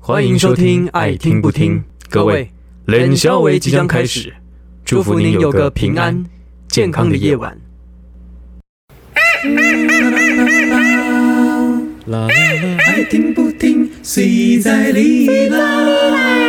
欢迎收听《爱听不听》，各位，冷笑为即将开始，祝福您有个平安健康的夜晚。嗯啦啦啦，哎爱听不听，谁在哩啦？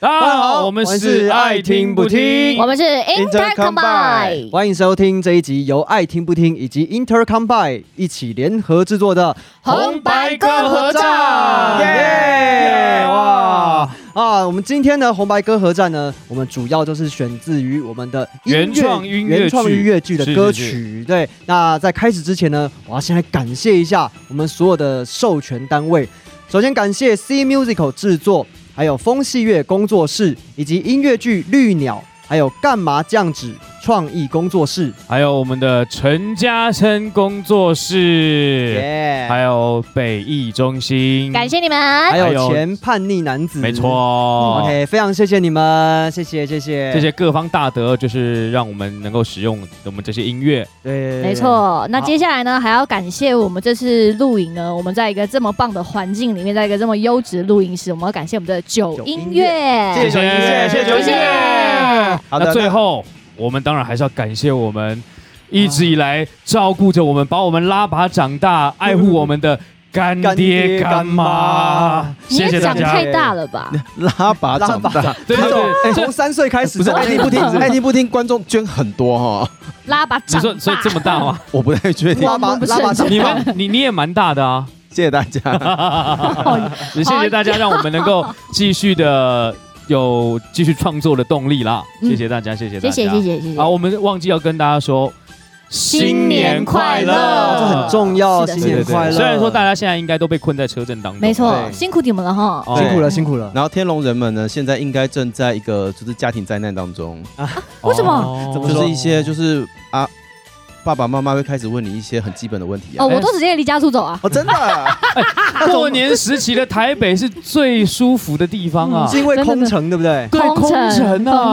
大家好，我们是爱听不听我。们是 Intercombine，欢迎收听这一集由爱听不听以及 Intercombine 一起联合制作的红白歌合战战，耶！哇啊！我们今天的红白歌合战呢，我们主要就是选自于我们的音乐原创音乐剧原创音乐剧的歌曲。是是对，那在开始之前呢，我要先来感谢一下我们所有的授权单位。首先感谢 C Musical 制作，还有风戏乐工作室，以及音乐剧《绿鸟》，还有干嘛酱纸创意工作室。还有我们的陈嘉诚工作室，耶还有北艺中心，感谢你们。还还有有前叛逆男子，没嗯错。 OK，非常谢谢你们，谢谢谢谢这些各方大德就是让我们能够使用我们这些音乐，对，没错，那接下来呢，还要感谢我们这次录影呢，我们在一个这么棒的环境里面，在一个这么优质的录音室，我们要感谢我们的九音乐，谢谢谢谢九音乐谢谢好的那最那后我们当然还是要感谢我们一直以来照顾着我们、把我们拉拔长大、爱护我们的干干爹爹干干妈妈，你谢也谢大长家。太大了吧？拉拔拉长拔大，对对对，哎，从三岁开始哎不是就爱听不听，哎爱听不听，观众捐很多哈，拉把你长说所以这么大吗？ 我不太确定。 拉拔我们不是拉拔很长你大，们你你也蛮大的 啊，谢谢大 家，哦也谢谢大家，让我们能够继续的有继续创作的动力啦，嗯谢谢大家，谢谢大谢家，谢谢谢谢谢啊，。我们忘记要跟大家说新年快乐哦这很重要，是的新年是的快乐。虽然说大家现在应该都被困在车震当中，没错，对辛苦你们了哈。哦，辛苦了对辛苦了，然后天龙人们呢，现在应该正在一个就是家庭灾难当中，为什么哦怎么就说是一些就是啊，爸爸妈妈会开始问你一些很基本的问题啊哦，。我都直接离家出走啊。哦，真的啊，过年时期的台北是最舒服的地方啊是，因为嗯真的空城对哎不对？对空城啊，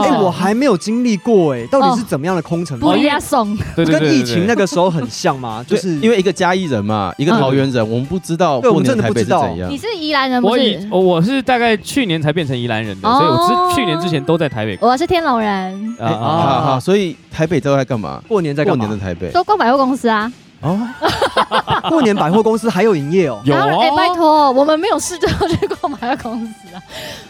空哎，城我还没有经历过哎，到底哦是怎么样的空城？ 不哦离家送，对对对跟对疫情那个时候很像嘛，就啊就是是因为一个嘉义人嘛，一个桃园人，我们不知道对我过们年真的台不北知是道怎样你。是宜兰人不我以是？我我是大概去年才变成宜兰人的，哦所以我是去年之前都在台北。我是天龙人，啊啊哎啊！啊，所以台北都在干嘛？过年在过干年的嘛？台北都逛百货公司啊。哦，过年百货公司还有营业哦。有啊哎、拜哦，托，我们没有事就要 去购买个公司啊。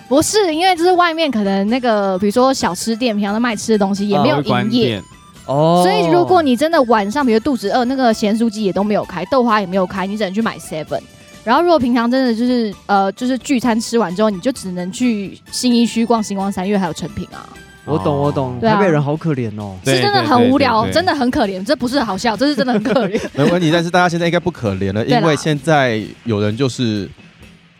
不是，因为就是外面可能那个，比如说小吃店，平常在卖吃的东西也没有啊会关营业，店，哦所以如果你真的晚上，比如肚子饿，那个咸酥鸡也都没有开，豆花也没有开，你只能去买 seven。然后如果平常真的就是呃，就是聚餐吃完之后，你就只能去新一区逛星光三月还有成品啊，我懂我懂，对啊台北人好可怜哦。哦对是真的对很对无对聊，对真的很可怜，这不是好笑，这是真的很可怜。 没问题。但是大家现在应该不可怜了，对啦因为现在有人就是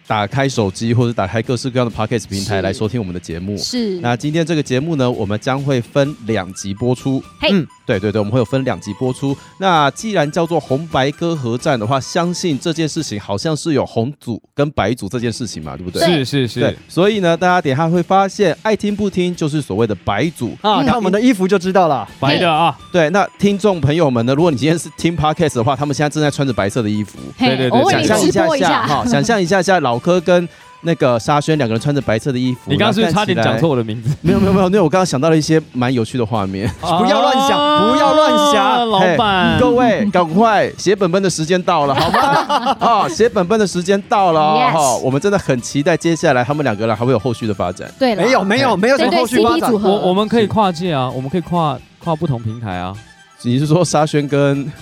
打开手机或者打开各式各样的 podcast 平台是来收听我们的节目。是，那今天这个节目呢，我们将会分两集播出。嘿嗯，对对对，我们会有分两集播出。那既然叫做红白歌合战的话，相信这件事情好像是有红组跟白组这件事情嘛，对不对？是是是对，，所以呢，大家等一下会发现，爱听不听就是所谓的白组。啊，嗯看我们的衣服就知道了。白的啊，对，那听众朋友们呢，如果你今天是听 podcast 的话，他们现在正在穿着白色的衣服，对对对我为想你讲象直下播一下，哈， 想象一下下老柯跟那个沙宣两个人穿着白色的衣服，你刚刚是不然是后差看起点来讲，错我的名字， 没有没有没有，因为我刚刚想到了一些蛮有趣的画面。不要乱想不要乱想哦老板，各位，赶快写本本的时间到了，好吗？啊，写本本的时间到了哦 Yes 哈，我们真的很期待接下来他们两个人还会有后续的发展。对了，没有没有没有什这么对后续发 CP 展组。合，我我们可以跨界啊，我们可以跨跨不同平台啊，你是说沙宣跟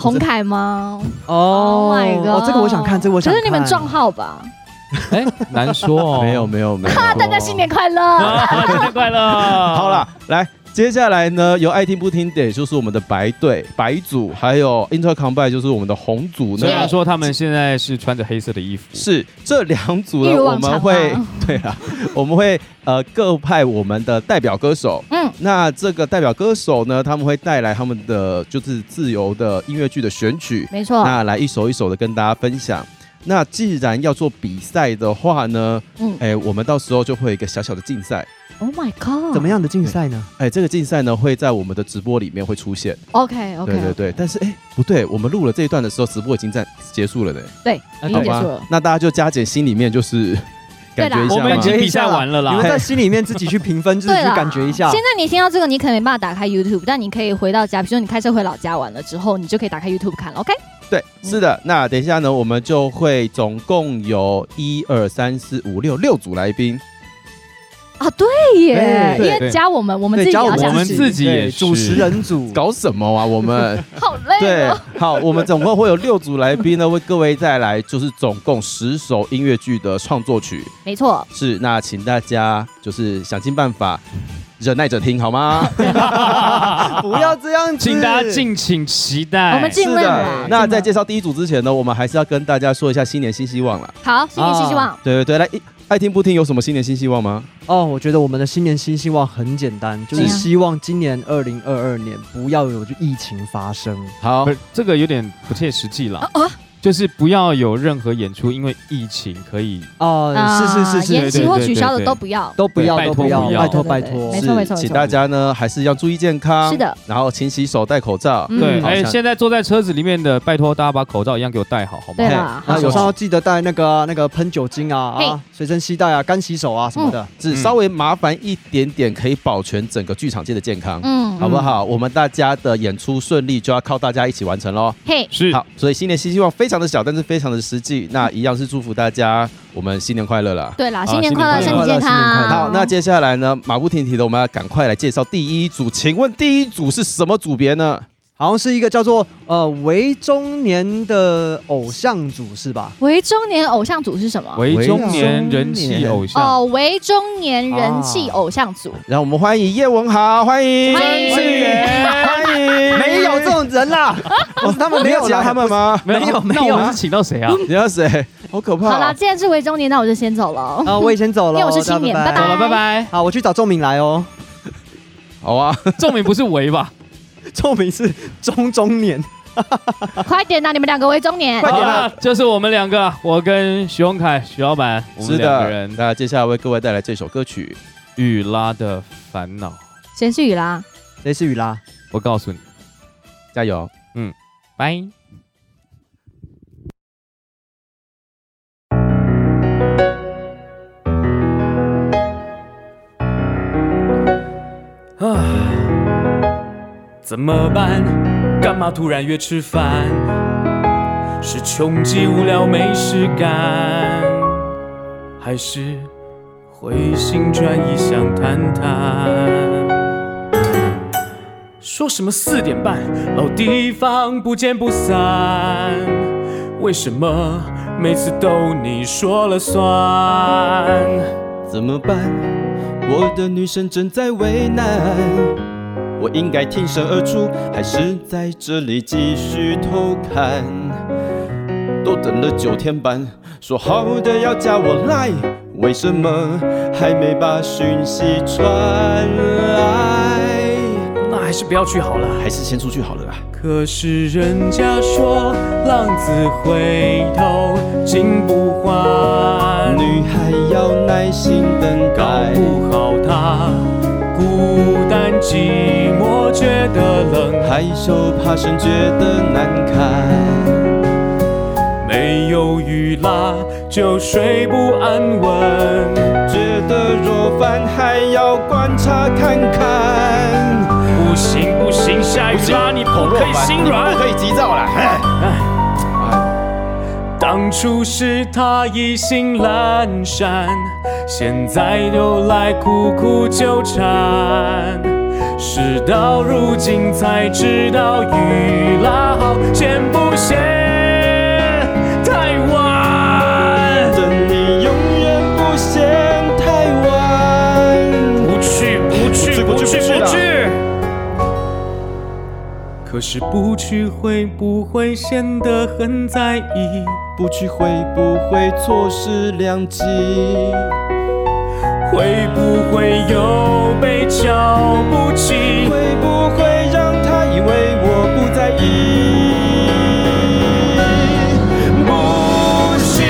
红凯吗？哦 Oh my god！哦，这个我想看，这个我想可看。是你们撞号吧？哎，难说哦，没有没有没有？大家新年快乐！啊，新 年快乐，好哦好啦，来，接下来呢，由爱听不听的，也就是我们的白队、白组，还有 Intercombine，就是我们的红组虽呢然。说他们现在是穿着黑色的衣服，是这两组一呢，如我往常啊们会 对啊，我们会呃各派我们的代表歌手。嗯，那这个代表歌手呢，他们会带来他们的就是自由的音乐剧的选曲，没错，那来一首一首的跟大家分享。那既然要做比赛的话呢，嗯哎，我们到时候就会有一个小小的竞赛， ，Oh my God，怎么样的竞赛呢？哎，这个竞赛呢会在我们的直播里面会出现。 ？OK OK，对对对，但是哎，不对，我们录了这一段的时候，直播已经在结束了呢。哎已经好结束吧了，，那大家就加减心里面就是对感啦觉一下嘛，我们已经比赛完了你们啦。在心里面自己去评分，自己去对啦感觉一下现。在你听到这个，你可能没办法打开 YouTube，但你可以回到家，比如说你开车回老家玩了之后，你就可以打开 YouTube 看了。OK，对，是的。那等一下呢，我们就会总共有一二三四五六六组来宾，啊，对耶，对因为对加我们，我们对自己也加要们我想们起自己对也是主持人组，搞什么啊？我们 好累对哦。，好，我们总共会有六组来宾呢，为各位带来就是总共十首音乐剧的创作曲。没错，是，那请大家就是想尽办法忍耐着听，好吗？不要这样子，请大家敬请期待。 我们进是入的了。。那进入在介绍第一组之前呢，我们还是要跟大家说一下新年新希望啦。啊好，新年新希啊望。对对对，来，一爱听不听有什么新年新希望吗？哦，我觉得我们的新年新希望很简单，就是怎样希望今年二零二二年不要有疫情发生。好不，是这个有点不切实际了，啊就是不要有任何演出，因为疫情可以。哦，啊是是是是，延期或取消对的对对都不要。都不要，对都拜托不要，不要拜托对对拜对托没。是错没错没请错大家呢还是要注意健康，是，的，然后勤洗手、戴口罩。嗯对，好哎，像现在坐在车子里面的，拜托大家把口罩一样给我戴好，好吗对？啦，那那好有手上要记得带那个啊那个喷酒精啊啊嘿，随身携带啊，干洗手啊什么的。只嗯稍微麻烦一点点，可以保全整个剧场界的健康，嗯，好不好？我们大家的演出顺利，就要靠大家一起完成喽。嘿，是，好，所以新年新希望非常的小，但是非常的实际。那一样是祝福大家，我们新年快乐啦！对啦，好新年快乐，新身快体年乐健啊新年快康。乐好，那接下来呢，马不停蹄的，我们要赶快来介绍第一组。请问第一组是什么组别呢？好像是一个叫做呃为中年的偶像组是吧？为中年偶像组是什么？为啊中为中年人年气偶像，哦，为中年人气啊偶像组。让我们欢迎叶文豪，欢迎欢迎郑志远欢迎，哎没有这种人啦，哦不是他们你没有有加啦他们吗？没有没有那我们是请到谁啊？你要谁？好可怕、好啦，既然是为中年，那我就先走了哦。啊，我以前走了， 因为我是青年大家拜拜好了，拜拜。好，我去找仲明来哦。好 啊，仲明不是为吧？仲明是中中年，快点啊呐，你们两个为中年。快好点啊了，就是我们两个，我跟徐永凯、徐老板，我是们两个的人。那接下来为各位带来这首歌曲，雨拉的烦恼，谁是雨啦？谁是雨拉？我告诉你，加油！嗯拜。啊，怎么办？干嘛突然约吃饭？是穷极无聊没事干，还是回心转意想谈谈？说什么四点半，老地方不见不散，为什么每次都你说了算？怎么办？我的女神正在为难，我应该挺身而出，还是在这里继续偷看？都等了九天半，说好的要加我来，为什么还没把讯息传来？那还是不要去好了。还是先出去好了啦。可是人家说浪子回头金不换，女孩要耐心等搞待，不好他孤单寂寞觉得冷，害羞怕生觉得难堪。没有雨啦就睡不安稳，觉得若凡还要观察看看。不行不行，下雨啦你不可以心软不。可以急躁啦。哎当初是他意兴阑珊，现在又来苦苦纠缠。事到如今才知道雨拉好险不险，太晚。等你永远不嫌太晚。不去不去不去不不去去不去不啦去。可是不去会不会显得很在意？不去会不会错失良机？会不会又被瞧不起？会不会让他以为我不在意？不行。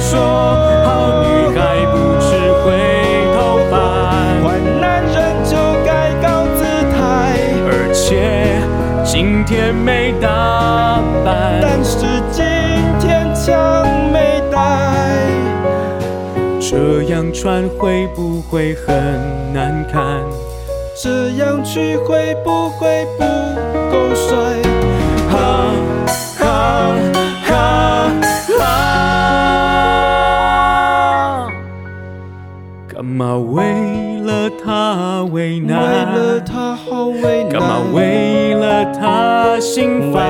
说，好女孩不吃回头饭，坏男人就该高姿态，而且今天没打扮，但是今天枪没带，这样穿会不会很难看？这样去会不会不够帅？哈哈哈哈！干嘛为了他为为了难？他好为难，干嘛为了他心为烦？了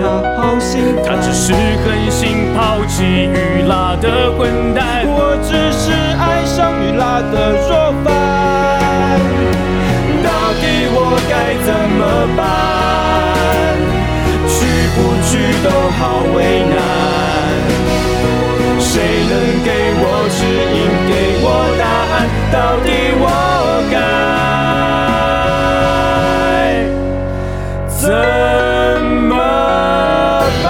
他好心他烦只？是狠心抛弃雨拉的混蛋。我只是爱上雨拉的弱饭，到底我该怎么办？去不去都好为难，谁能给我指引，给我答案？到底我该怎么办？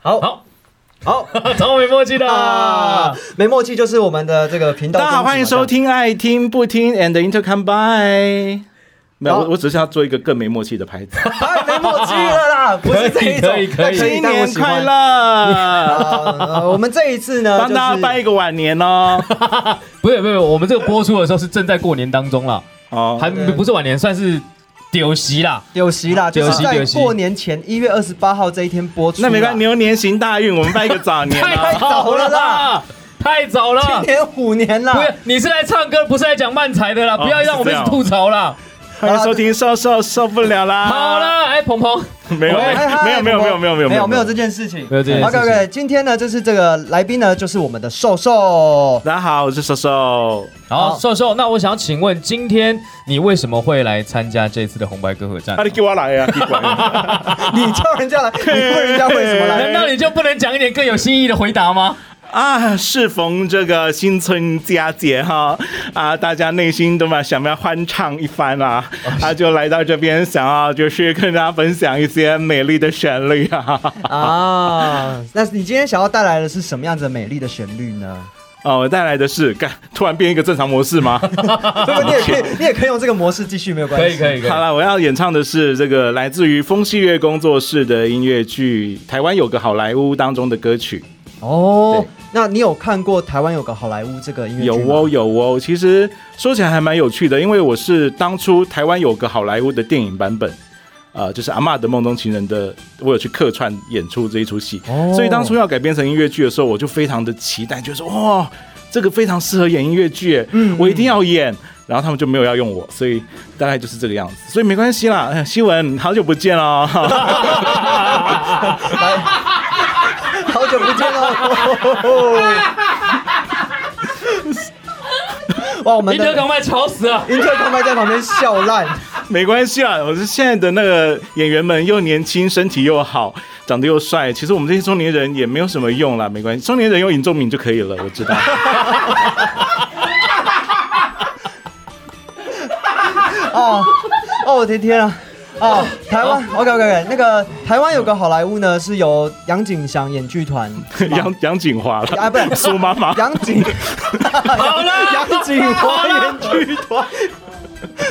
好好好 超没默契的啊，没默契就是我们的这个频道。大家好，欢迎收。听《爱听不听》and Intercombine。没有，好我我只是要做一个更没默契的拍子。太没默契了啦， 不是这一种，可以可以可以但可以新但我年喜快 欢。乐！啊呃我们这一次呢，帮大就家是拜一个晚 年哦。不是不是，我们这个播出的时候是正在过年当中啦，哦，还对不是晚年，算是丢席啦。有席啦，就有是席在有席过年前一月二十八号这一天播出啦。啊那没关系，牛年行大运，我们拜一个早 年太哦。早了 啦，太早了。今年虎年啦不。是，你是来唱歌，不是来讲漫才的啦！哦不要让我们一直吐槽啦。欢迎收听，受受受不了啊啦！好，了，哎，鹏鹏， 没有哎嗨没有没有没有没有没有没有没有这件事情，没有这件事情 OK OK，今天呢，就是这个来宾呢，就是我们的瘦瘦。大家好，我是瘦瘦。好，好瘦瘦，那我想请问，今天你为什么会来参加这次的红白歌合战啊，？你给我 来呀！你管 你叫人家 来，你问人家为什么来？难道你就不能讲一点更有新意的回答吗？啊，适逢这个新春佳节哈，啊，大家内心都嘛想要欢唱一番啊，哦啊，就来到这边想要就是跟大家分享一些美丽的旋律啊。啊， 那你今天想要带来的是什么样子的美丽的旋律 呢？ 哦，我带来的是，干，突然变一个正常模式吗？对不对？你也可以，你也可以用这个模式继续，没有关系。可以，可以，可以好。了，我要演唱的是这个来自于风戏乐工作室的音乐剧《台湾有个好莱坞》当中的歌曲。哦对，那你有看过台湾有个好莱坞这个音乐有剧吗哦，有哦，其实说起来还蛮有趣的，因为我是当初台湾有个好莱坞的电影版本，呃，就是《阿嬷的梦中情人》的，我有去客串演出这一出戏，哦所以当初要改编成音乐剧的时候，我就非常的期待，就是哇、这个非常适合演音乐剧，嗯，我一定要演。然后他们就没有要用我，所以大概就是这个样子，所以没关系啦。哎希文，好久不 见哦。 好久不见 哦。哇，我们你得的赶快吵死啊了！英特康麦在旁边笑烂。 没关系啦，我是现在的那个演员们又年轻，身体又好，长得又帅。其实我们这些中年人也没有什么用啦，没关系，中年人有尹仲敏就可以了。我 知道，哦，哦，我的天啊！哦，台 湾，OK OK OK，那个台湾有个好莱坞呢，是由杨景祥演剧团， 杨杨锦华啊了，不是 苏妈 妈。杨景，好了， 杨景华演剧团。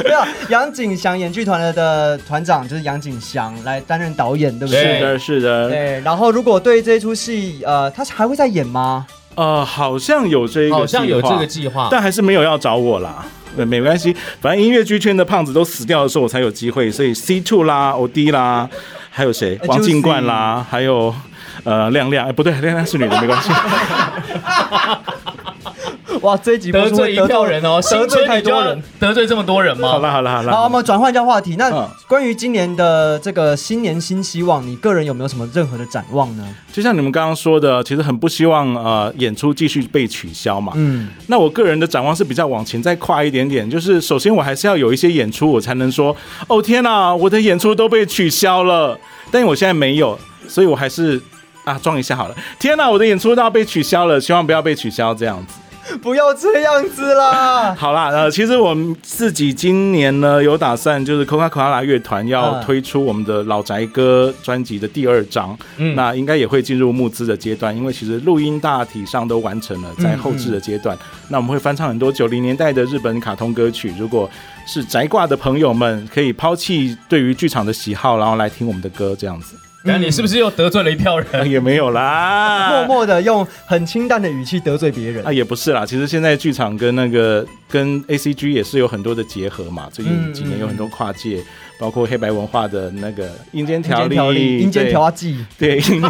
没有，杨景祥演剧团的的团长就是杨景祥来担任导演，对不是对？的，是的，对，然后如果对这出戏，呃，他还会再演吗？呃，好像有这个，好像有这个，计划，但还是没有要找我啦。对，没关系，反正音乐剧圈的胖子都死掉的时候，我才有机会。所以 C two 啦，OD 啦，还有谁？呃王静冠 Juicy 啦，还有呃亮亮，哎，不对，亮亮是女的，没关系。哇，这一集播得出会罪一票人 哦，得新罪春太你就多要人。得罪这么多人吗？好啦，好啦，好啦。好，我们转换一下话题。那嗯关于今年的这个新年新希望，你个人有没有什么任何的展望呢？就像你们刚刚说的，其实很不希望呃演出继续被取消嘛。嗯，那我个人的展望是比较往前再跨一点点，就是首先我还是要有一些演出，我才能说哦天哪，我的演出都被取消了。但我现在没有，所以我还是啊装一下好了。天哪，我的演出都要被取消了，希望不要被取消这样子。不要这样子 啦！好啦，呃，其实我们自己今年呢有打算，就是 Coca Cola 乐团要嗯推出我们的老宅歌专辑的第二张，嗯那应该也会进入募资的阶段，因为其实录音大体上都完成了，在后置的阶段，那我们会翻唱很多九零年代的日本卡通歌曲。如果是宅挂的朋友们，可以抛弃对于剧场的喜好，然后来听我们的歌，这样子、那你是不是又得罪了一票啊嗯人？也没有默啊啦。默的用很清淡的语气得罪别人啊，。也不是啦，其实现在剧场跟那个跟 A C G 也是有很多的结合嘛。最近几年有很多跨界，包括黑白文化的那个阴间条例，阴间对条剂，对，阴间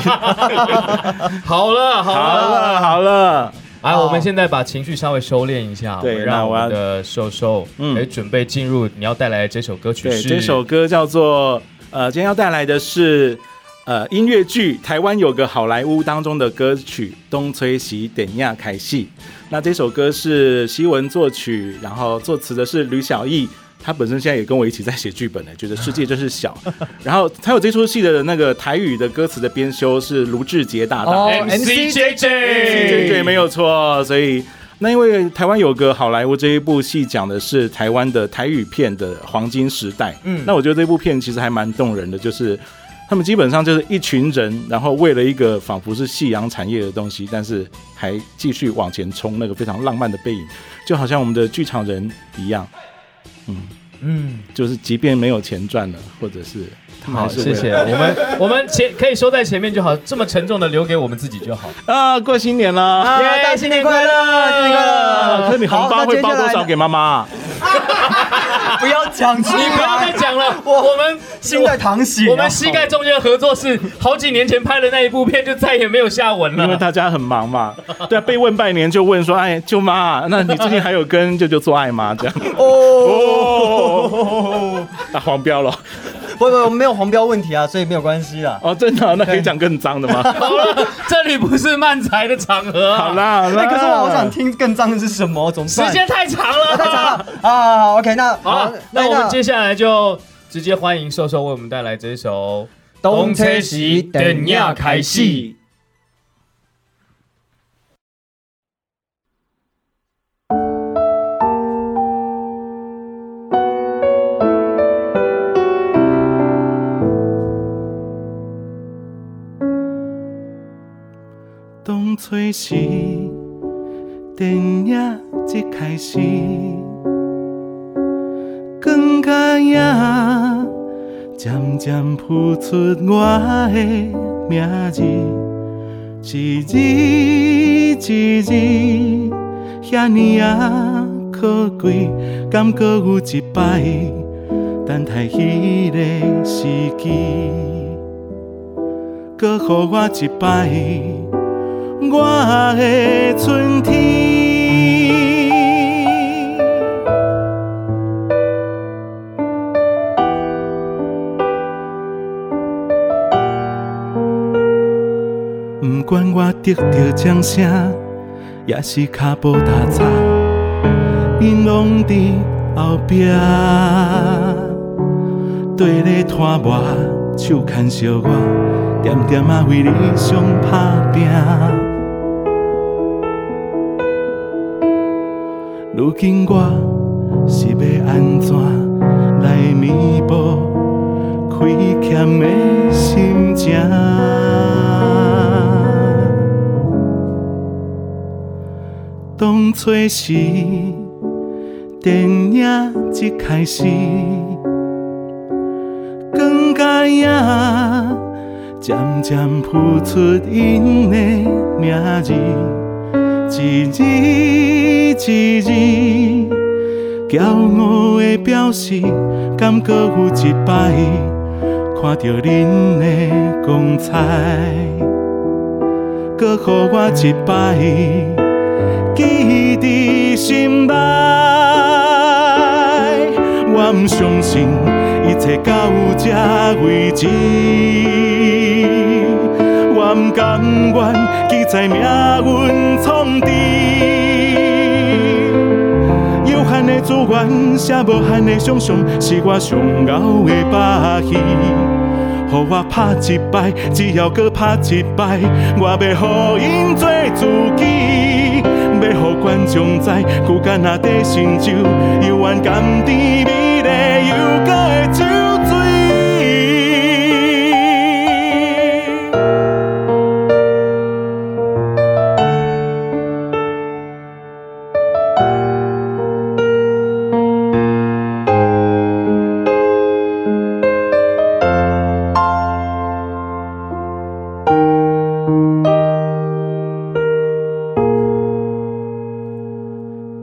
好了好好了，了好了，来，我们现在把情绪稍微收敛一下，对我们那让我我要们的瘦瘦嗯来准备进入你要带来的这首歌曲对，是这首歌叫做呃，今天要带来的是呃音乐剧《台湾有个好莱坞》当中的歌曲《东吹西点亚凯戏》。那这首歌是西文作曲，然后作词的是吕小艺。他本身现在也跟我一起在写剧本呢，觉得世界真是 小。然后他有这出戏的那个台语的歌词的编修是卢志杰大大，哦对对， MCJJ，没有错。所以那因为台湾有个好莱坞这一部戏讲的是台湾的台语片的黄金时代，嗯，那我觉得这部片其实还蛮动人的，就是。他们基本上就是一群人，然后为了一个仿佛是夕阳产业的东西，但是还继续往前冲，那个非常浪漫的背影，就好像我们的剧场人一样，嗯，就是即便没有钱赚了，或者是他们好，还是为谢了谢我们，我们前可以收在前面就好，这么沉重的留给我们自己就好。啊，过新年了，啊，大家新年快乐，新年快乐！可是你红包好会包多少？给妈妈 啊、那接下来不要讲出你不要再来，讲了，我我们心在淌血啊。我们膝盖中间的合作是好几年前拍的那一部片，就再也没有下文因为了。大家很忙嘛， 对、啊，被问拜年就问说，哎，舅妈，那你最近还有跟舅舅做爱吗？这样 哦，打黄标了不不，没有黄标问题啊，所以没有关系啦。哦，真的啊、那可以讲更脏的吗？ 好了，这里不是漫才的场合、啊好，啦，好啦哎，可是我好想听更脏的是什么，怎么时办？间太长 了。太长了啊！OK，那好，那我们接下来就直接欢迎瘦瘦为我们带来这首《东车西等亚开戏。》。当作是电影一开始，光甲影渐渐浮出我的名字，一日一日，遐尼啊可贵，敢搁有一摆等待迄个时机。搁予我一摆，我的春天。不管我得到掌声，也是脚步踏擦，因拢伫后壁。对咧拖磨，手牵着我，点点啊为理想打拼。如今我是要安怎来弥补亏欠的心情？当初是电影一开始。光甲影渐渐浮出因的名字，一日一日，骄傲的表示，敢搁有一摆看到恁的光彩，搁予我一摆记伫心内。我毋相信一切到这为止，我毋甘愿记载命运创治。有限的资源，写无限的想象，是我上敖的把戏。予我拍一摆，只要搁拍一摆，我要予因做自己。要互观众知，旧干那底成就，犹原甘甜美丽又搁的酒醉。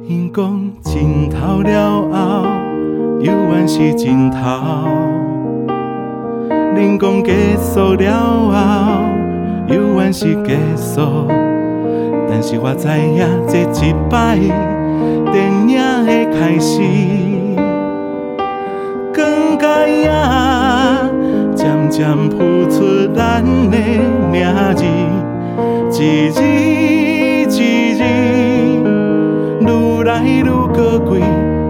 因讲尽头了啊后，犹原是尽头。恁讲结束了后，犹原是结束。但是我知影这一摆，电影的开始，光甲影渐渐浮出咱的名字，一日一日。愈来愈高贵，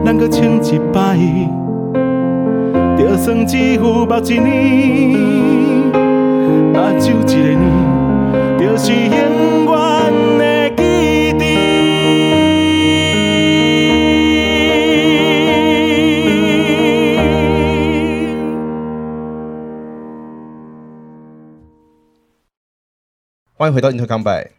咱搁唱一摆，就算只有目一年，目睭一个年，就是永远的记忆。欢迎回到 Inter Comeback。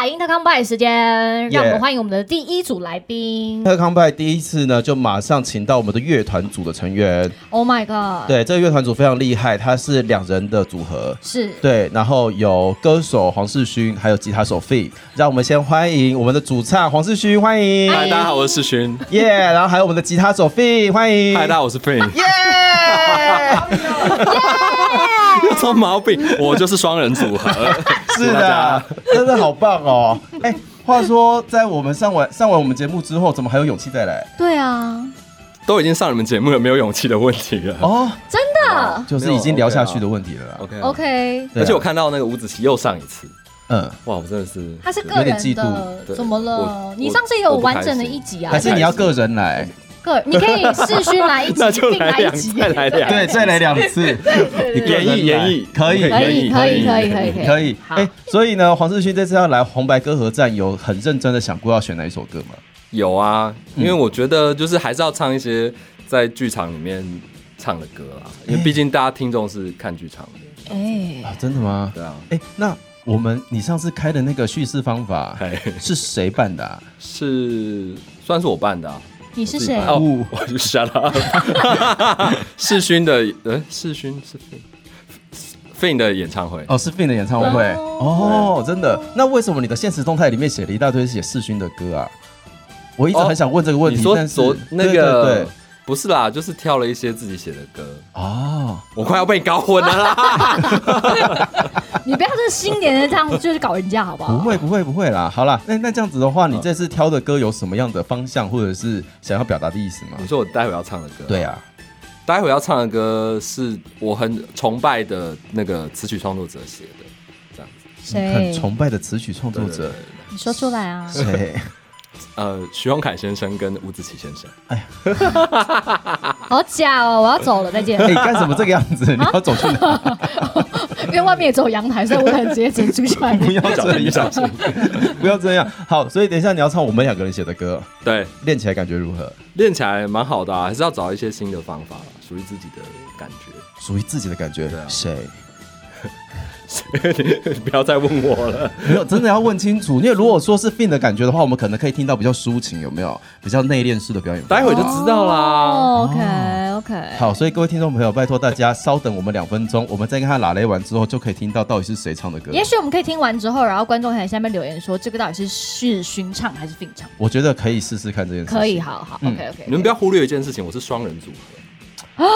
啊，Inter Combine 时间，让我们欢迎我们的第一组来宾。 Inter Comeback 第一次呢，就马上请到我们的乐团组的成员。 Oh my god！，对，这个乐团组非常厉害，它是两人的组合。是对，然后有歌手黄世勋，还有吉他手费。让我们先欢迎我们的主唱黄世勋，欢迎，嗨嗨，大家好，我是世勋。耶然后还有我们的吉他手费，欢迎，嗨，大家好，我是 Prin。耶 有什么毛病？我就是双人组合。 是的，真的好棒哦！哎、话说，在我们上完上完我们节目之后，怎么还有勇气再来？对啊，都已经上你们节目了，没有勇气的问题了。哦，真的。就是已经聊下去的问题了啦。 OK 啊 OK，对啊而且我看到那个伍子棋又上一次，嗯，哇，我真的是他是个有点人嫉的妒，对怎么我了我？你上次也有完整的一集啊还，是你要个人来？个你可以试训来 一集， 那就并来一两集，再来两对，再来两次。对演演绎绎演绎可以可以可以可以可以可以，好哎、所以呢，黄世勋这次要来红白歌合战，有很认真的想过要选哪一首歌吗？有啊，因为嗯我觉得就是还是要唱一些在剧场里面唱的歌啦，因为毕竟大家听众是看剧场的，哎，啊，真的吗？对啊。哎、那我们你上次开的那个叙事方法嗨，是谁办的、啊？哎是算是我办的啊。你是谁？哦，我就 shut up。世勋的，呃，世勋是 Fin 的演唱会。哦，是 Fin 的演唱会哦，真的。那为什么你的现实动态里面写了一大堆写世勋的歌啊？我一直哦很想问这个问你题，说但是昨那对对对个不是啦，就是挑了一些自己写的歌。哦，我快要被你搞混了 啦！你不要这新年的这样就是搞人家好不不好？会不会不会啦，好啦，那那这样子的话，你嗯这次挑的歌有什么样的方向，或者是想要表达的意思吗你？说我待会要唱的歌，对，啊，待会要唱的歌是我很崇拜的那个词曲创作者写的，这样子。很谁？崇拜的词曲创作者，你说出来啊！谁？ 呃，徐荣凯先生跟伍子棋先生，哎好假哦，我要走了，再见 啊哎。你干什么这个样子？你要走去 哪？ 因为外面也只有阳台，所以我可能直接直接出去外不面。要这样， 不要这样。好，所以等一下你要唱我们两个人写的歌，对，练起来感觉如何？练起来蛮好的、啊，还是要找一些新的方法啦，属于自己的感觉。 属于自己的感觉对啊，谁？你不要再问我了，没有，真的要问清楚，因 为如果说是 Fin 的感觉的话，我们可能可以听到比较抒情，有没有？比较内敛式的表演。待会就知道啦。啊哦 OK OK，好，所以各位听众朋友，拜托大家稍等我们两分钟，我们再跟他拉雷完之后，就可以听到到底是谁唱的歌。也许我们可以听完之后，然后观众还在下面留言说这个到底是是熏唱还是并 唱？我觉得可以试试看这件事。可以，。好好嗯，OK OK。你们不要忽略一件事情，我是双人组合。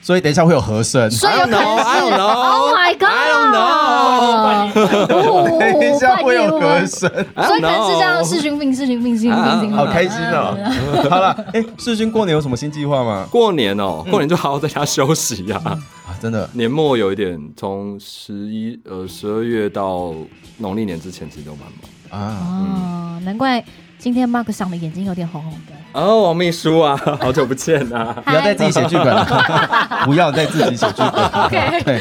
所 以等一下会有和声。所以有可 能 I 是 don't know, I don't know, Oh my God！ I 哦等一下会有怪和你声， I 所 don't 以可能是这样， know 视讯病、视讯病、视讯病、视讯啊好病。开心哦！ 好了，哎，世勋过年有什么新计划吗？过年哦、嗯过年就好好在家休息呀、啊，真的年末有一点，从十一呃十二月到农历年之前，其实都蛮忙。嗯啊，哦，难怪今天 Mark 赏的眼睛有点红红的。哦，王秘书啊，好久不见啊！不要再自己写剧本了，不要再自己写剧本了。 OK 对，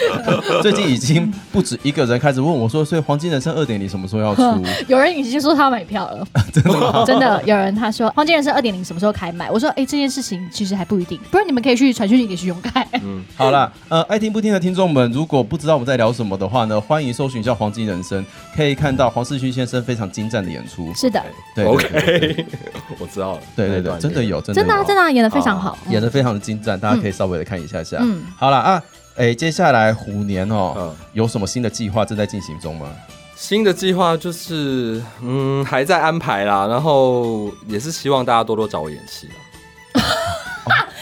最近已经不止一个人开始问我说，所以《黄金人生二点零》什么时 候要出？ 有人已经说他要买票了，真 的真的有人他说《黄金人生二点零》什么时候开卖？我说哎、诶这件事情其实还不一定，不然你们可以去传讯息给徐永凯。好啦，呃，爱听不听的听众们，如果不知道我们在聊什么的话呢，欢迎搜寻一下《黄金人生》，可以看到黄世勋先生非常精湛的演出。是的，对 OK，我 知道了。对对对，真的有，真的真的啊有真的啊演的非常好，演的非常的精湛，大家可以稍微的看一下下。嗯好了啊，哎，接下来虎年哦嗯，有什么新的计划正在进行中吗？新的计划就是，嗯，还在安排啦，然后也是希望大家多多找我演戏啦。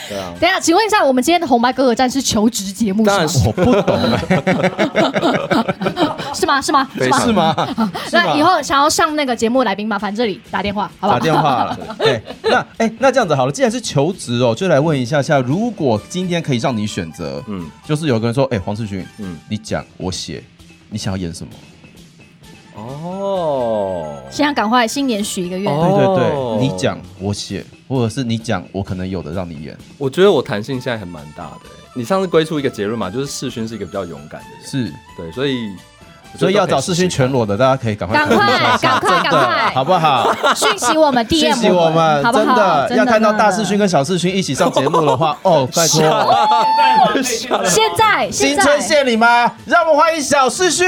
对啊，等一下，请问一下，我们今天的红白哥哥战是求职节目 当然是是我不懂哎，吗？是吗？是吗？是非吗？常是吗？ 那以后想要上那个节目的来宾，麻烦这里打电话，好不打好？电话了。 对，那哎、那这样子好了，既然是求职哦，就来问一下下，如果今天可以让你选择，嗯就是有个人说，哎、黄世勋，嗯，你讲我写，你想要演什么？哦，现在赶快新年许一个愿，哦对对对，你讲我写，或者是你讲我可能有的让你演，我觉得我弹性现在还蛮大的欸。你上次归出一个结论嘛，就是世勋是一个比较勇敢的人，是，对，所以所以要找世勋全裸。裸的，大家可以赶快赶看一 快赶下快赶快好不 好？讯息我们谢，DM 谢我们，好不真好？的要看到大世勋真的跟小世勋一起上节目的话，哦，拜托，现在现新在春献礼吗？让我们欢迎小世勋。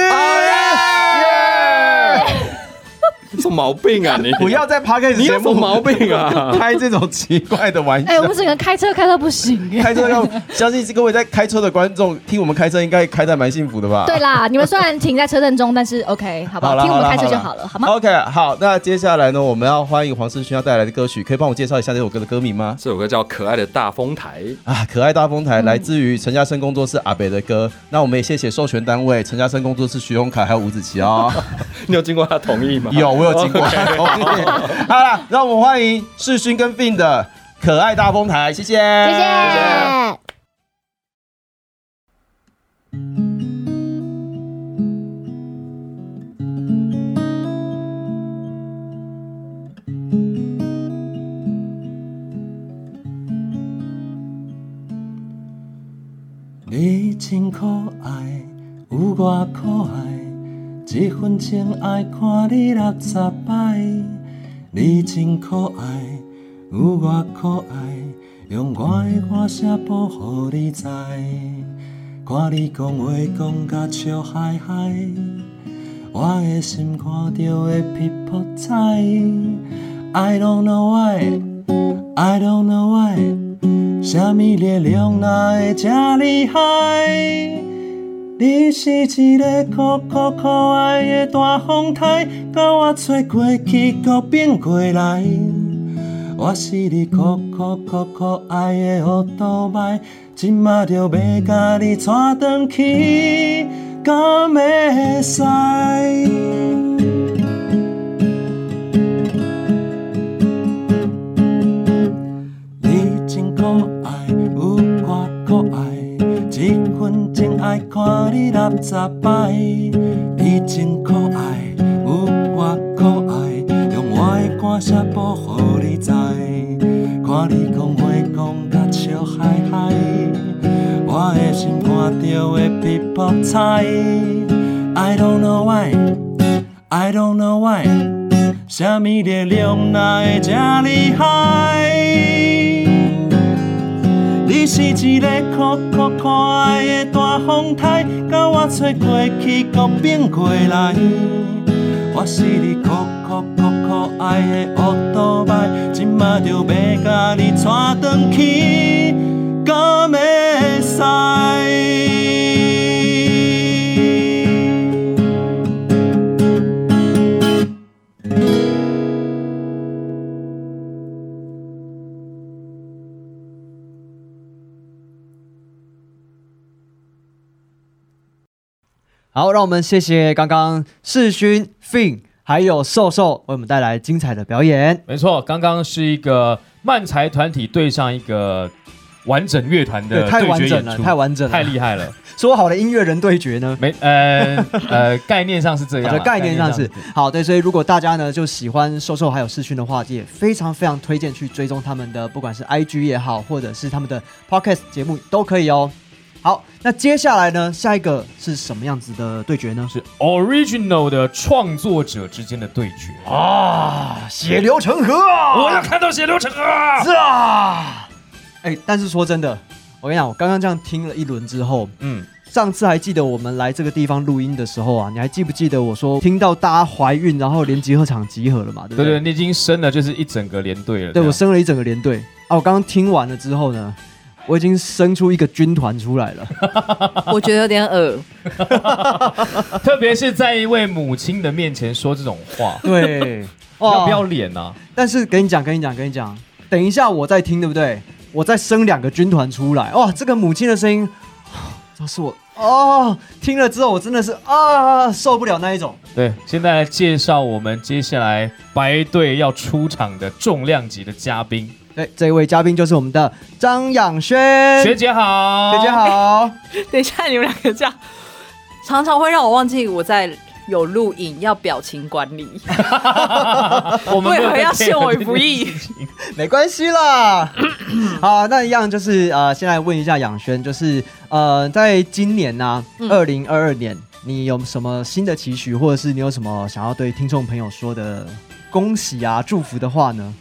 你什么毛病啊你？不要再爬开你有什么毛病啊？ 开这种奇怪的玩哎、笑我。们整个开车开到不行耶。开车要 相信各位在开车的观众听我们开车应该开得蛮幸福的吧？ 对啦，你们虽然停在车阵中，但是 OK，好不好好？啦，听我们开车就好好啦了，好吗？ OK，好，那接下来呢，我们要欢迎黄世勋要带来的歌曲，可以帮我介绍一下这首歌的歌名吗？这首歌叫《可爱的大风台》，啊，可爱大风嗯台来自于陈嘉生工作室阿北的歌，那我们也谢谢授权单位陈嘉生工作室徐永凯还有吴子琪 哦。你有经过他同意吗？ 有，我有经 过。 好了，让我们欢迎世勋跟 Fin 的可爱大风台，谢谢，谢谢谢。你真可爱，有偌可爱，一分情爱看你六十摆。你真可爱，有偌可爱，用我的我写报予你知。看你讲话讲甲笑嗨嗨，我的心看着会皮破菜。I don't know why, I don't know why. 什么力量哪会这厉害？你是一个可可可爱的大风台，甲我吹过去，搁变过来。我是你可可可可爱的乌托邦，即马就要甲你带转去，敢会使？你真可爱，有我可爱，一分真爱看你六十摆。你真可爱，有我可爱，用我的歌声保护你知。看你讲话讲甲笑嗨嗨，我的心看着会皮薄菜。I don't know why, I don't know why. 什么力量哪会这厉害？你是一个可可可爱的大风台，甲我吹过去，搁变过来。我是你可可可可爱的乌托邦，即马就要甲你带转去，敢会使？好，让我们谢谢刚刚世勋、Fin 还有瘦瘦为我们带来精彩的表演。没错，刚刚是一个漫才团体对上一个完整乐团的对，太对完决整演了，出，太完整太了。厉害了。 说好的音乐人对决呢？没呃呃，概念上是这我 样的啦，概念上是好对，所以如果大家呢就喜欢瘦瘦还有世勋的话，也非常非常推荐去追踪他们的，不管是 IG 也好，或者是他们的 Podcast 节目都可以哦。好，那接下来呢，下一个是什么样子的对决呢？是 original 的创作者之间的对决啊血流成河我要看到血流成河。是啊！哎、但是说真的，我跟你讲，我刚刚这样听了一轮之后，嗯，上次还记得我们来这个地方录音的时候啊，你还记不记得我说听到大家怀孕，然后连集合场集合了嘛？对不对对？对，你已经升了，就是一整个连队了。对这我样生了一整个连队啊！我刚刚听完了之后呢，我已经生出一个军团出来了。 我觉得有点恶。特别是在一位母亲的面前说这种话，对， 哦要不要？脸啊？但是跟你讲，跟你讲，跟你讲，等一下我再听，对不对？我再生两个军团出来，哇！这个母亲的声音， 这是我哦，听了之后我真的是啊受不了那一种。对，现在来介绍我们接下来白队要出场的重量级的嘉宾，对，哎这位嘉宾就是我们的张养轩嗯学姐好，学姐，好。等一下，你们两个这样，常常会让我忘记我在有录影，要表情管理。 我们没有为何要在陷我 care 于不义 这件事情？ 没关系 啦。好，那一样就是呃，先来问一下养轩，就是呃，在今年呢、2嗯二零二二年，你有什么新的期许，或者是你有什么想要对听众朋友说的恭喜啊、祝福的话呢？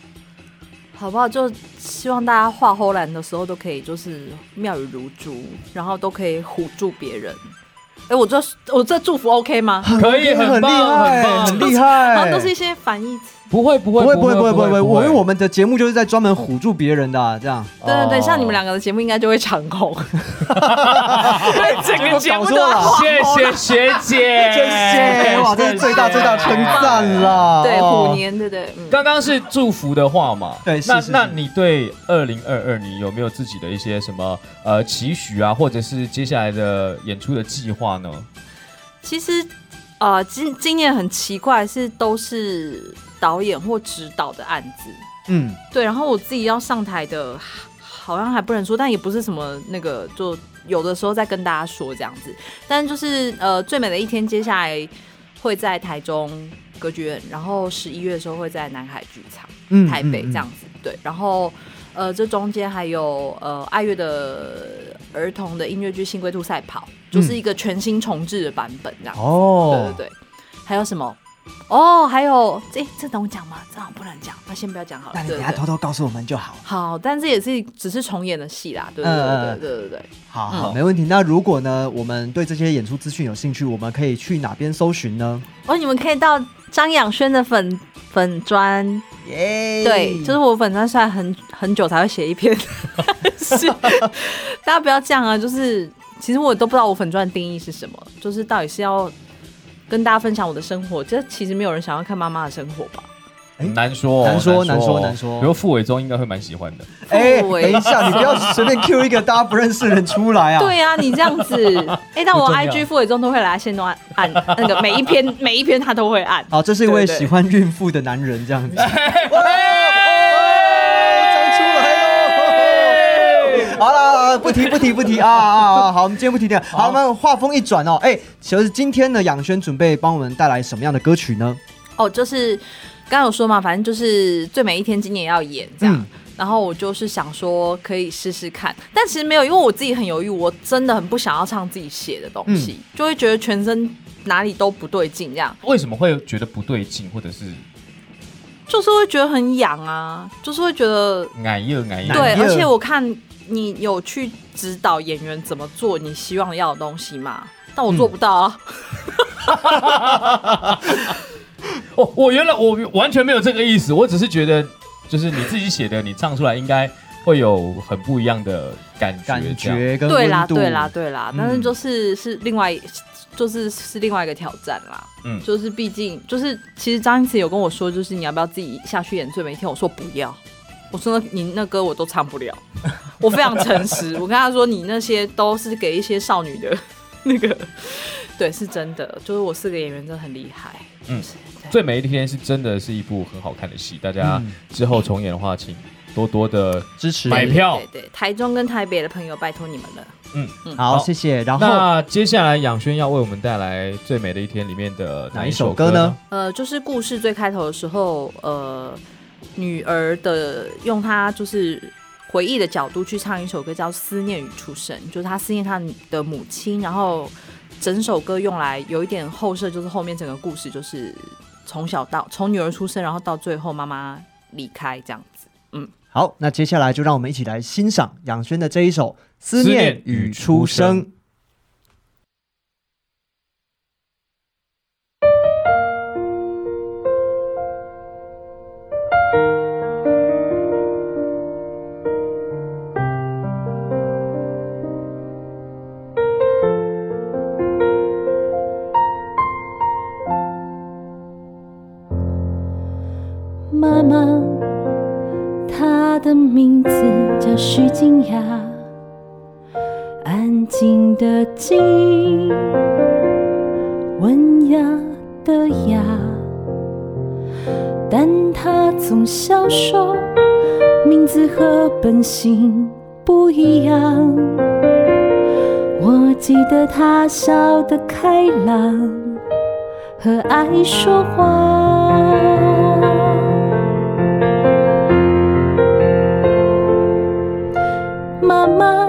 好不好？就希望大家画后栏的时候都可以就是妙语如珠，然后都可以唬住别人。哎、我这我这祝福 OK 吗？可以，很很厉棒，很害，棒很， 厉好害像都。是一些反义词。不会，不不会，会不会不会不会，我因为我们们的节目就是在专门唬住别人的、啊，这样对对对，哦像你们两个的节目应该就会长红。对，整个节目都搞错要了画谢红谢栏。学姐，谢谢哇，这是最大最大称赞啦！对，哦虎年，对对，嗯。刚刚是祝福的话嘛？对是那是那是你对二零二二你有没有自己的一些什么呃期许啊，或者是接下来的演出的计划呢？其实，呃，今今年很奇怪，是都是导演或指导的案子。嗯，对，然后我自己要上台的，好像还不能说，但也不是什么那个，就有的时候再跟大家说这样子。但就是呃，最美的一天接下来会在台中歌剧院，然后十一月的时候会在南海剧场。嗯台北嗯这样子，对，然后呃，这中间还有呃爱乐的儿童的音乐剧《新龟兔赛跑》，就是一个全新重置的版本这样子，嗯哦对，对对，还有什么？哦，还有这这能讲吗？这好像不能讲，那先不要讲好了那。你对等对下对偷偷告诉我们就好。好，但这也是只是重演的戏啦，对对嗯对对对对对。好嗯好，没问题。那如果呢，我们对这些演出资讯有兴趣，我们可以去哪边搜寻呢？哦，你们可以到张养轩的粉粉砖，耶对，就是我粉专虽然很很久才会写一 篇，但是大家不要这样啊！就是其实我都不知道我粉专的定义是什么，就是到底是要跟大家分享我的生活，这其实没有人想要看妈妈的生活吧？哎很难说哦，难说难说哦难说比如傅伟忠应该会蛮喜欢的。哎，氛围等一下，你不要随 便 Q 一个大家不认识的人出来啊！对，呀、你这样 子，哎、但我不重要 IG 傅伟忠都会来线段按那个每一篇每一篇他都会按，好，哦这是一位对对喜欢孕妇的男人这样 子。哇站出来哦好啦好啦，不提不提不提啊啊啊！好，我们今天不提这个。好，我们话锋一转哦，哎，就是今天呢，养轩准备帮我们带来什么样的歌曲呢？哦，就是刚刚有说嘛，反正就是最美一天今年要演这样。嗯然后我就是想说可以试试看，但其实没有，因为我自己很犹豫，我真的很不想要唱自己写的东西，就会觉得全身哪里都不对劲，这样嗯为什么会觉得不对劲，或者是就是会觉得很痒啊，就是会觉得矮又矮又？对，痒而且我看你有去指导演员怎么做你希望要的东西嘛，但我做不到啊。我哦我原来我完全没有这个意思，我只是觉得就是你自己写的，你唱出来应该会有很不一样的感觉。感这样觉跟对啦，温度对啦，对啦，但是嗯就是是另外，就是是另外一个挑战啦。嗯嗯，就是毕竟就是其实张一慈有跟我说，就是你要不要自己下去演最美一天？我说不要，我说那你那歌我都唱不了， 我非常诚 实，我跟他说你那些都是给一些少女的那个，对，是真的，就是我四个演员真的很厉害，嗯嗯，最美的一天是真的是一部很好看的戏，大家之后重演的话，请多多的嗯支持。买票对。对，台中跟台北的朋友，拜托你们了。嗯好，好谢谢。然后那接下来养轩要为我们带来《最美的一天》里面的哪哪一一首首歌歌呢呢？呃，就是故事最开头的时候，呃，女儿的用她就是回忆的角度去唱一首歌，叫《思念与出生》，就是她思念她的母亲，然后整首歌用来有一点后设，就是后面整个故事就是从小到从女儿出生，然后到最后妈妈离开这样子。嗯好，那接下来就让我们一起来欣赏杨轩的这一首《思思念念与与出出生生》。妈妈，她的名字叫徐静雅，安静的静，文雅的雅，但她总笑说名字和本性不一样。我记得她笑得开朗。和爱说话。妈妈，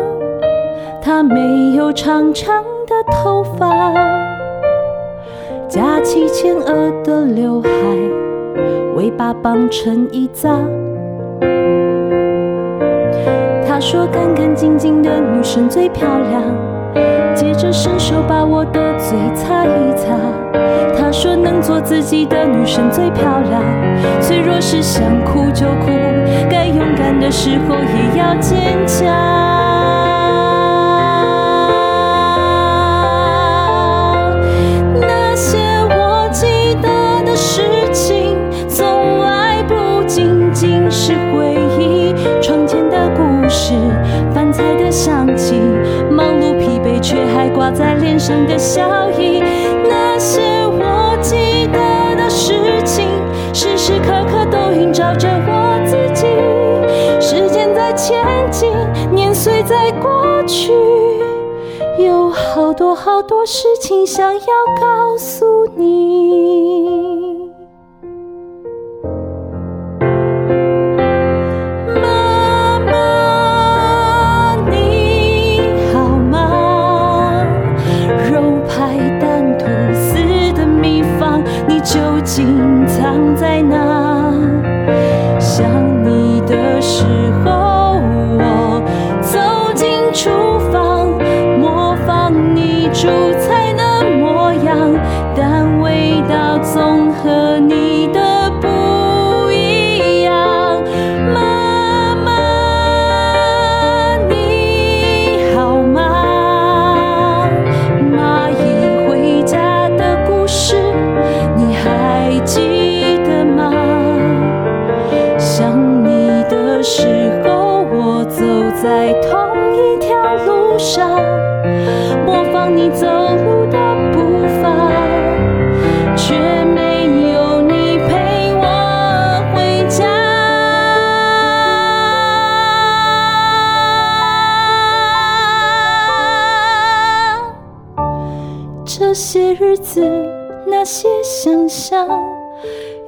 她没有长长的头发，夹起前额的刘海，尾巴绑成一扎。她说，干干净净的女生最漂亮。接着伸手把我的嘴擦一擦。她说能做自己的女生最漂亮，脆弱时想哭就哭，该勇敢的时候也要坚强。那些我记得的事情，从来不仅仅是回忆，床前的故事，饭菜的香气，忙碌疲惫却还挂在脸上的笑意。那些我记得的事情，时时刻刻都映照着我自己。时间在前进，年岁在过去，有好多好多事情想要告诉你。妈妈，你好吗？肉排蛋吐司的秘方，你究竟藏在哪？想你的时候，我走进厨房，模仿你煮菜的模样，但味道总和你的不一样。妈妈，你好吗？蚂蚁回家的故事，你还记得吗？想你的时候，我走在同一条路上，模仿你走路的步伐。却没有你陪我回家。这些日子，那些想象，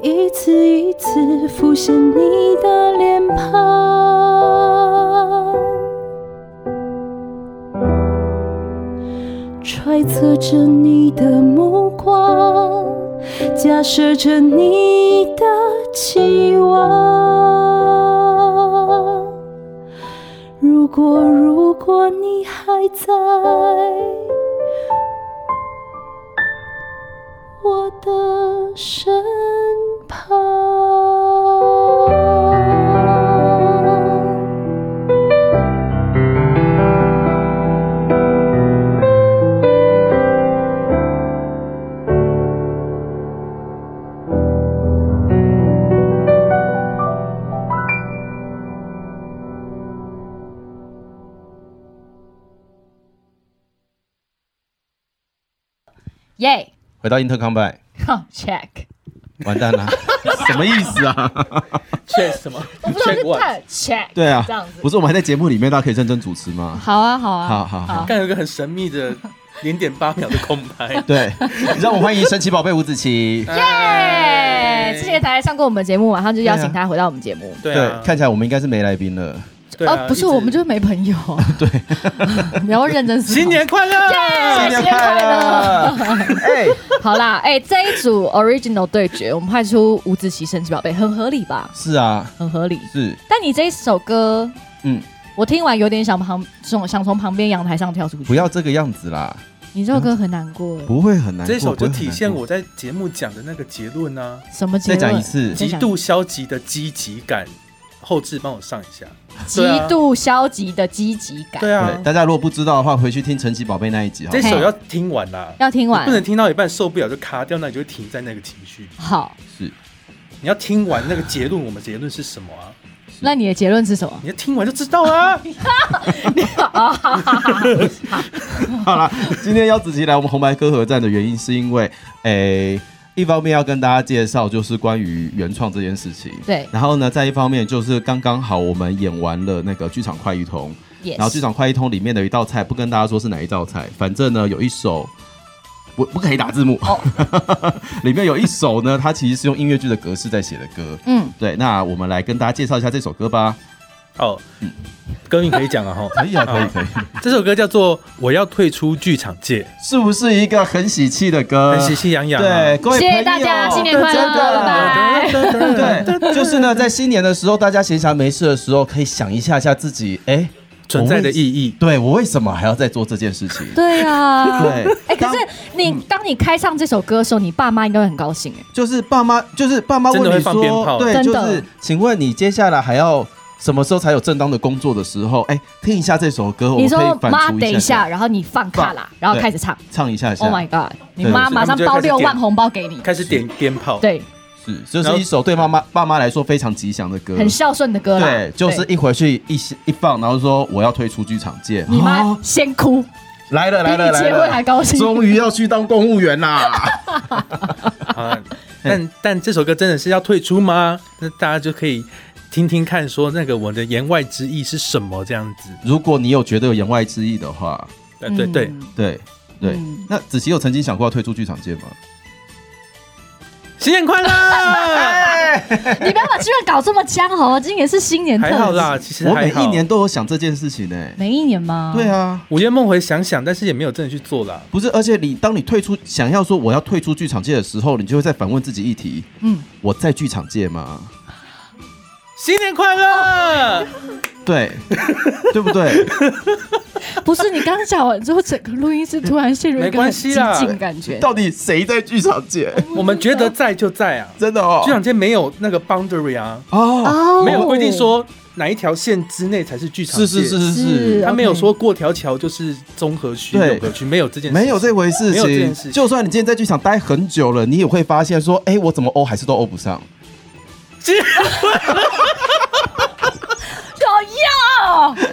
一次一次浮现你的脸庞。揣测着你的目光，假设着你的期望。如果如果你还在我的身旁。耶、回到 Inter Comeback， c h e c k 完 蛋了，什么意思啊？确什么？我不知道是 touch check， 对啊这样子，不是我们还在节目里面，大家可以认真主持吗？好啊，好啊，好好好 刚有一个很神秘的零点八秒的空白。对，让我欢迎神奇宝贝吴子 琪。啊耶！之前才上过我们节目，晚上就邀请他回到我们节目。对啊，看起来我们应该是没来宾了。对啊哦不是，我们就是没朋 友。 对，你要认真思考。新年快耶乐！新年快乐！哎， 好啦，哎，这一组 original 对决，我们派出五子棋神奇宝贝，很合理吧？是啊，很合理。是，但你这一首歌，嗯，我听完有点想旁想想从旁边阳台上跳出去。不要这个样子啦，你这首歌很难过。不会很难过。这首就体现不我会很难过在节目讲的那个结论啊，什么结再论？讲一次再极讲度消极的积极感。后置帮我上一下。极对啊度消极的积极感。对啊对，，啊大家如果不知道的话，回去听神奇宝贝那一集好这不好。首要听完啦，要听完你不能听到一半受不了就卡掉，那你就会停在那个情绪里。好，你要听完那个结论，我们结论是什么啊？那你的结论是什么？你要听完就知道 啊。 好啦，今天邀子琪来我们红白歌合战的原因，是因为，诶、一方面要跟大家介绍就是关于原创这件事情，对然后呢，在一方面就是刚刚好我们演完了那个剧场快一通， Yes 然后剧场快一通里面的一道菜，不跟大家说是哪一道菜，反正呢有一首。不不可以打字幕，哦 里面有一首呢，它其实是用音乐剧的格式在写的歌。嗯，对，那我们来跟大家介绍一下这首歌吧。哦，歌名可以讲了哈。可以啊，可以， 可以，这首歌叫做《我要退出剧场界是不是一个很喜气的歌？》，很喜气洋洋啊。对，各位谢朋谢友大家，新年快乐，真的拜拜。对，就是呢，在新年的时候，大家闲暇没事的时候，可以想一下下自己，哎、存在的意义。对我为什么还要再做这件事情？对啊，对，嗯哎，可是你当你开唱这首歌的时候，你爸妈应该会很高兴哎。就是爸妈，就是爸妈问真的会你放鞭说，炮对，真就的是请问你接下来还要什么时候才有正当的工作的时候？哎、听一下这首歌，我你们可说以反妈，刍等一一下，下，然后你放卡啦，然后开始唱。唱一下下 Oh my god！你对妈是马上包六万红包给你。开始点鞭炮，对，是，就是一首对妈妈爸妈来说非常吉祥的歌。很孝顺的歌啦。对，就是一回去一一放，然后说我要退出剧场界，你妈哦先哭，来了比来了你来结婚还了，高兴。终于要去当公务员啦！ 啊，但但这首歌真的是要退出吗？那大家就可以听听看，说那个我的言外之意是什么这样子。如果你有觉得有言外之意的话，对对对，嗯对对，嗯那子琪有曾经想过要退出剧场界吗？新年快乐！ 你不要把剧院搞这么僵好啊！今年是新年特还辑，好啦，其实我还每好一年都有想这件事情呢。每一年吗？对啊，午夜梦回想想，但是也没有真的去做啦。不是，而且你当你退出想要说我要退出剧场界的时候，你就会再反问自己一题：嗯，我在剧场界吗？新年快乐！ 对，对不对？ 不是你刚讲完之后，整个录音室突然陷入一没个很关激系啦进感觉。到底谁在剧场界？我们觉得在就在啊，真的哦剧，场界没有那个 boundary 啊，哦，哦没有规定说哪一条线之内才是剧场界。是是是是是是，他 OK 没有说过条桥就是综合区、对永和区，没有这件事情，没有这回事没有这件事情。情就算你今天在剧场待很久了，你也会发现说，哎，我怎么欧还是都欧不上。有用。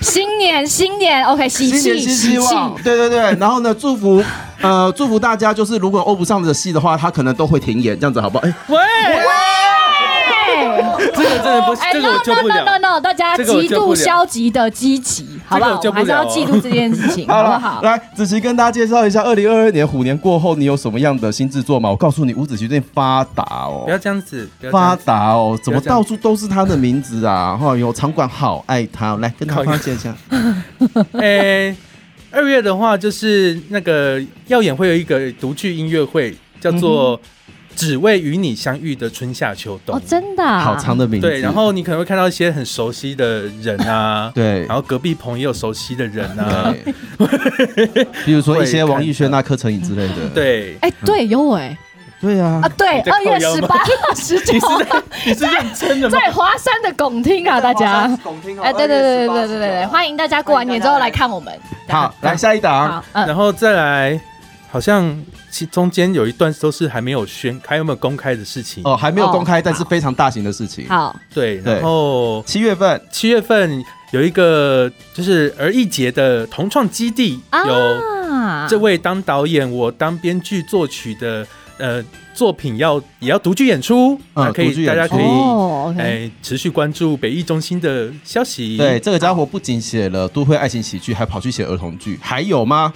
新年，新年，OK，喜新气，年新喜希气，望，对对对。然后呢，祝福呃祝福大家，就是如果欧不上的戏的话，他可能都会停演，这样子好不好？哎，喂，哎这个真的不，哎这个我救不 no, no, no, no, 了。 no, 大家这个我极救不度了消极的积极，好不这个好？我我们还救不是要了哦记住这件事 情，好好不了，好？来，子琪跟大家介绍一下，二零二二年虎年过后，你有什么样的新制作吗？我告诉你，吴子琪最近发达哦不。要这样子，不要这发样子。达哦，怎么不要这样到处都是他的名字啊？哈、有场馆好爱他，来跟他靠腰发泄一下。 诶，二月的话就是那个耀眼会有一个独剧音乐会，叫嗯做《只为与你相遇的春夏秋冬》哦，真的啊，好长的名字。，对，然后你可能会看到一些很熟悉的人啊 对然后隔壁朋友熟悉的人啊，对，比如说一些会看王艺轩啊、柯晨颖之类的。对，哎，对，有哎，嗯对啊啊，，对，在二月靠腰十吗八、 十九，你是认真的吗？在华山的拱厅啊，大家，哦哎，对对对对对对对，欢迎大家过完年之后来看我们。好，来下一档好，，嗯，然后再来，好像其中间有一段都是还没有宣开，还有没有公开的事情？哦，还没有公哦开，但是非常大型的事情。好，对，对然后七月份，七月份有一个就是儿艺节的同创基地啊有啊这位当导演，我当编剧、作曲的呃作品要也要独具演出，嗯那可独具以大演家出可以哦，OK 哎持续关注北艺中心的消息。对，这个家伙不仅写了都会爱情喜剧，还跑去写儿童剧，还有吗？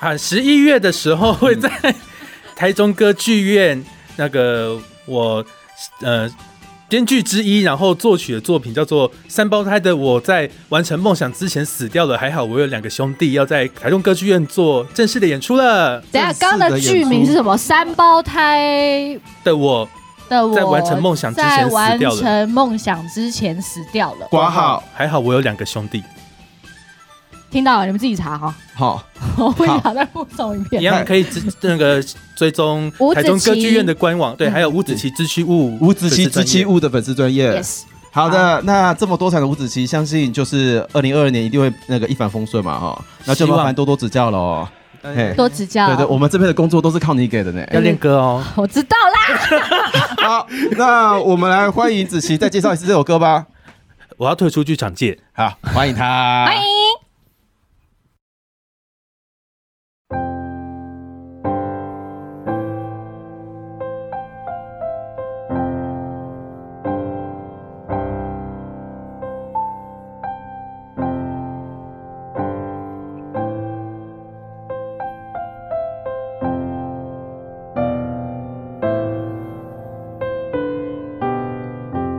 啊，十一月的时候会在台中歌剧院那个我呃编剧之一，然后作曲的作品叫做《三胞胎的我在完成梦想之前死掉了》，还好我有两个兄弟，要在台中歌剧院做正式的演出了。等一下，啊刚刚的剧名是什么？三胞胎的我的我在完成梦想之前在死掉完了成梦想之前死掉了。挂号，还好我有两个兄弟，听到了，你们自己查哈。 好，我会查在附送影片。一样可以知那个追踪吴子台琪中歌剧院的官网，对，还有五子棋之虚物，五子棋之七物的粉丝专业。 Yes 好的，那这么多产的五子棋，相信就是二零二二年一定会那个一帆风顺嘛哈，那就希麻望烦多多指教了哦。嘿多指教啊对对，我们这边的工作都是靠你给的呢。要练歌哦。我知道啦。好，那我们来欢迎子琪再介绍一次这首歌吧。我要退出剧场界，好，欢迎他，欢迎。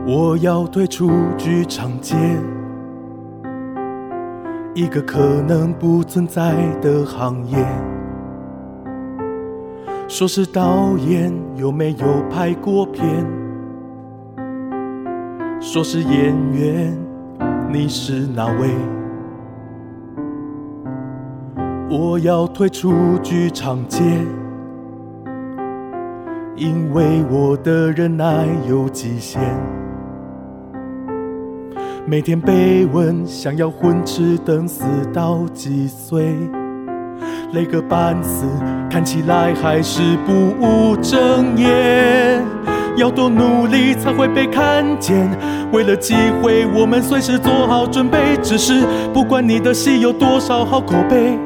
我要退出剧场界，一个可能不存在的行业。说是导演，有没有拍过片？说是演员，你是哪位？我要退出剧场界，因为我的忍耐有极限。每天被问想要混吃等死到几岁，累个半死，看起来还是不务正业。要多努力才会被看见？为了机会，我们随时做好准备。只是不管你的戏有多少好口碑，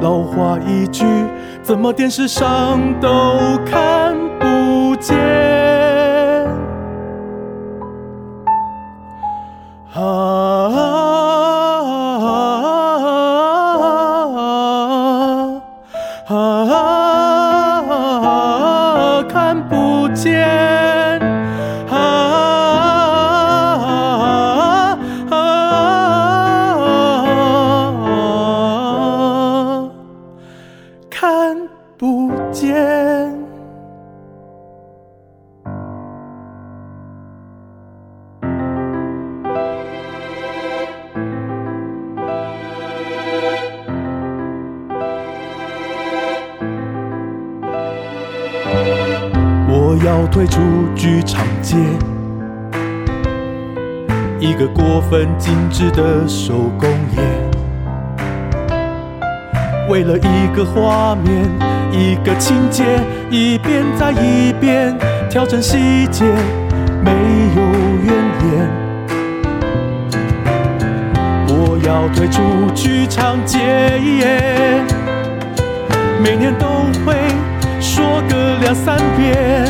老话一句，怎么电视上都看不见。啊！啊，看不见。啊啊啊！看不见。我要退出剧场界，一个过分精致的手工业。为了一个画面，一个情节，一遍再一遍调整细节，没有怨言。我要退出剧场界。每年都会说个两三遍。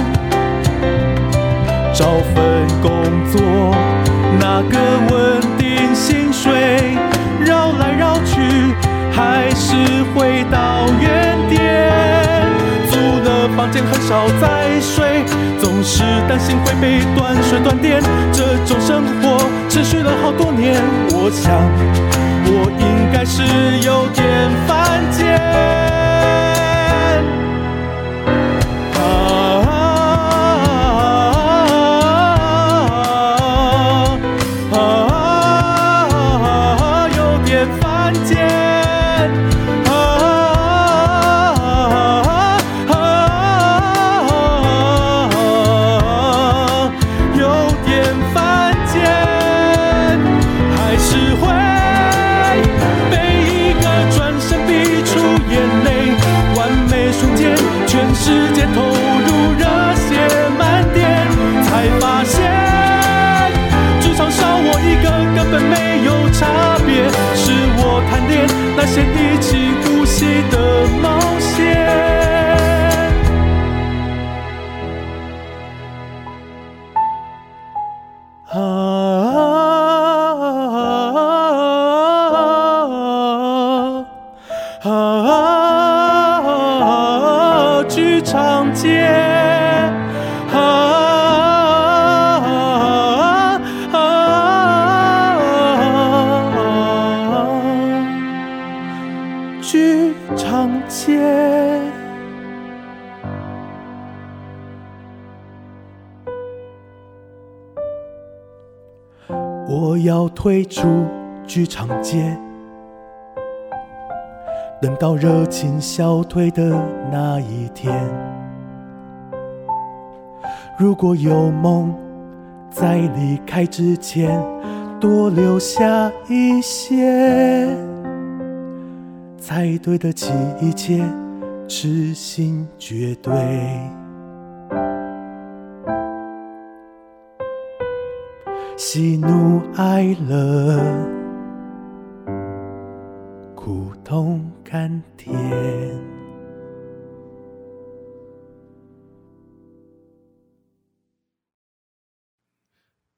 找份工作，拿个稳定薪水，绕来绕去还是回到原点。租了房间很少再睡，总是担心会被断水断电。这种生活持续了好多年，我想我应该是有点犯贱。啊啊，有点犯贱啊啊啊，有点犯贱，还是会被一个转身逼出眼泪，完美瞬间，全世界投入热血满点，才发现。职场少我一个根本没有差别，是我贪恋那些一起无限起的冒险。啊啊啊！剧场见。啊啊啊！剧场见。我要退出剧场街，等到热情消退的那一天。如果有梦，在离开之前多留下一些，才对得起一切，痴心绝对。喜怒哀乐，苦痛甘甜。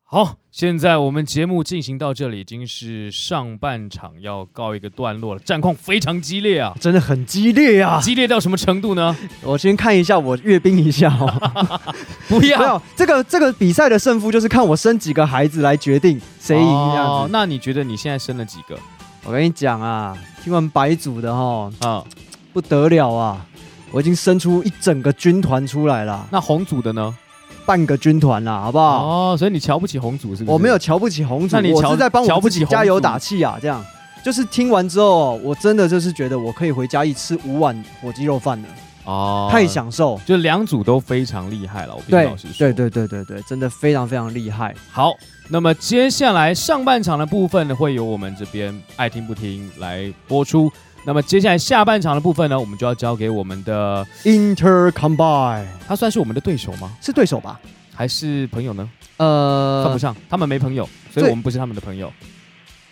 好，现在我们节目进行到这里，已经是上半场要告一个段落了，战况非常激烈啊，真的很激烈呀、激烈到什么程度呢？我先看一下，我阅兵一下哦。 不没有要这个这个比赛的胜负就是看我生几个孩子来决定谁赢这样子。哦，那你觉得你现在生了几个我跟你讲啊，听完白组的哈，啊？不得了啊！我已经生出一整个军团出来了，那红组的呢？半个军团啦，好不好？哦，所以你瞧不起红组是不是？啊我没有瞧不起红组，那你我瞧是在帮瞧我不自起己红加油组打气啊！这样，就是听完之后，我真的就是觉得我可以回家一吃五碗火鸡肉饭了，哦，太，享受。就两组都非常厉害了，我必须对老实说。对对对对对，真的非常非常厉害。好，那么接下来上半场的部分呢，会由我们这边爱听不听来播出。那么接下来下半场的部分呢，我们就要交给我们的， Intercombine 他算是我们的对手吗？是对手吧？还是朋友呢？呃，算不上，他们没朋友，所以对我们不是他们的朋友。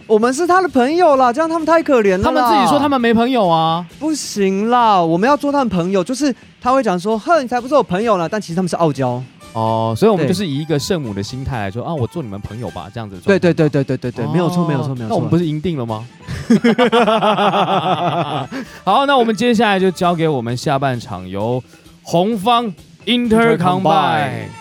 我们是他的朋友啦，这样他们太可怜了啦。他们自己说他们没朋友啊，不行啦，我们要做他们朋友，就是他会讲说，哼，你才不是我朋友呢，但其实他们是傲娇。哦，所以我们对就是以一个圣母的心态来说啊，我做你们朋友吧，这样子的状对态。对对对对对对，没有错哦没有错没有错。那我们不是赢定了吗？ 好，那我们接下来就交给我们下半场由红方 Intercombine。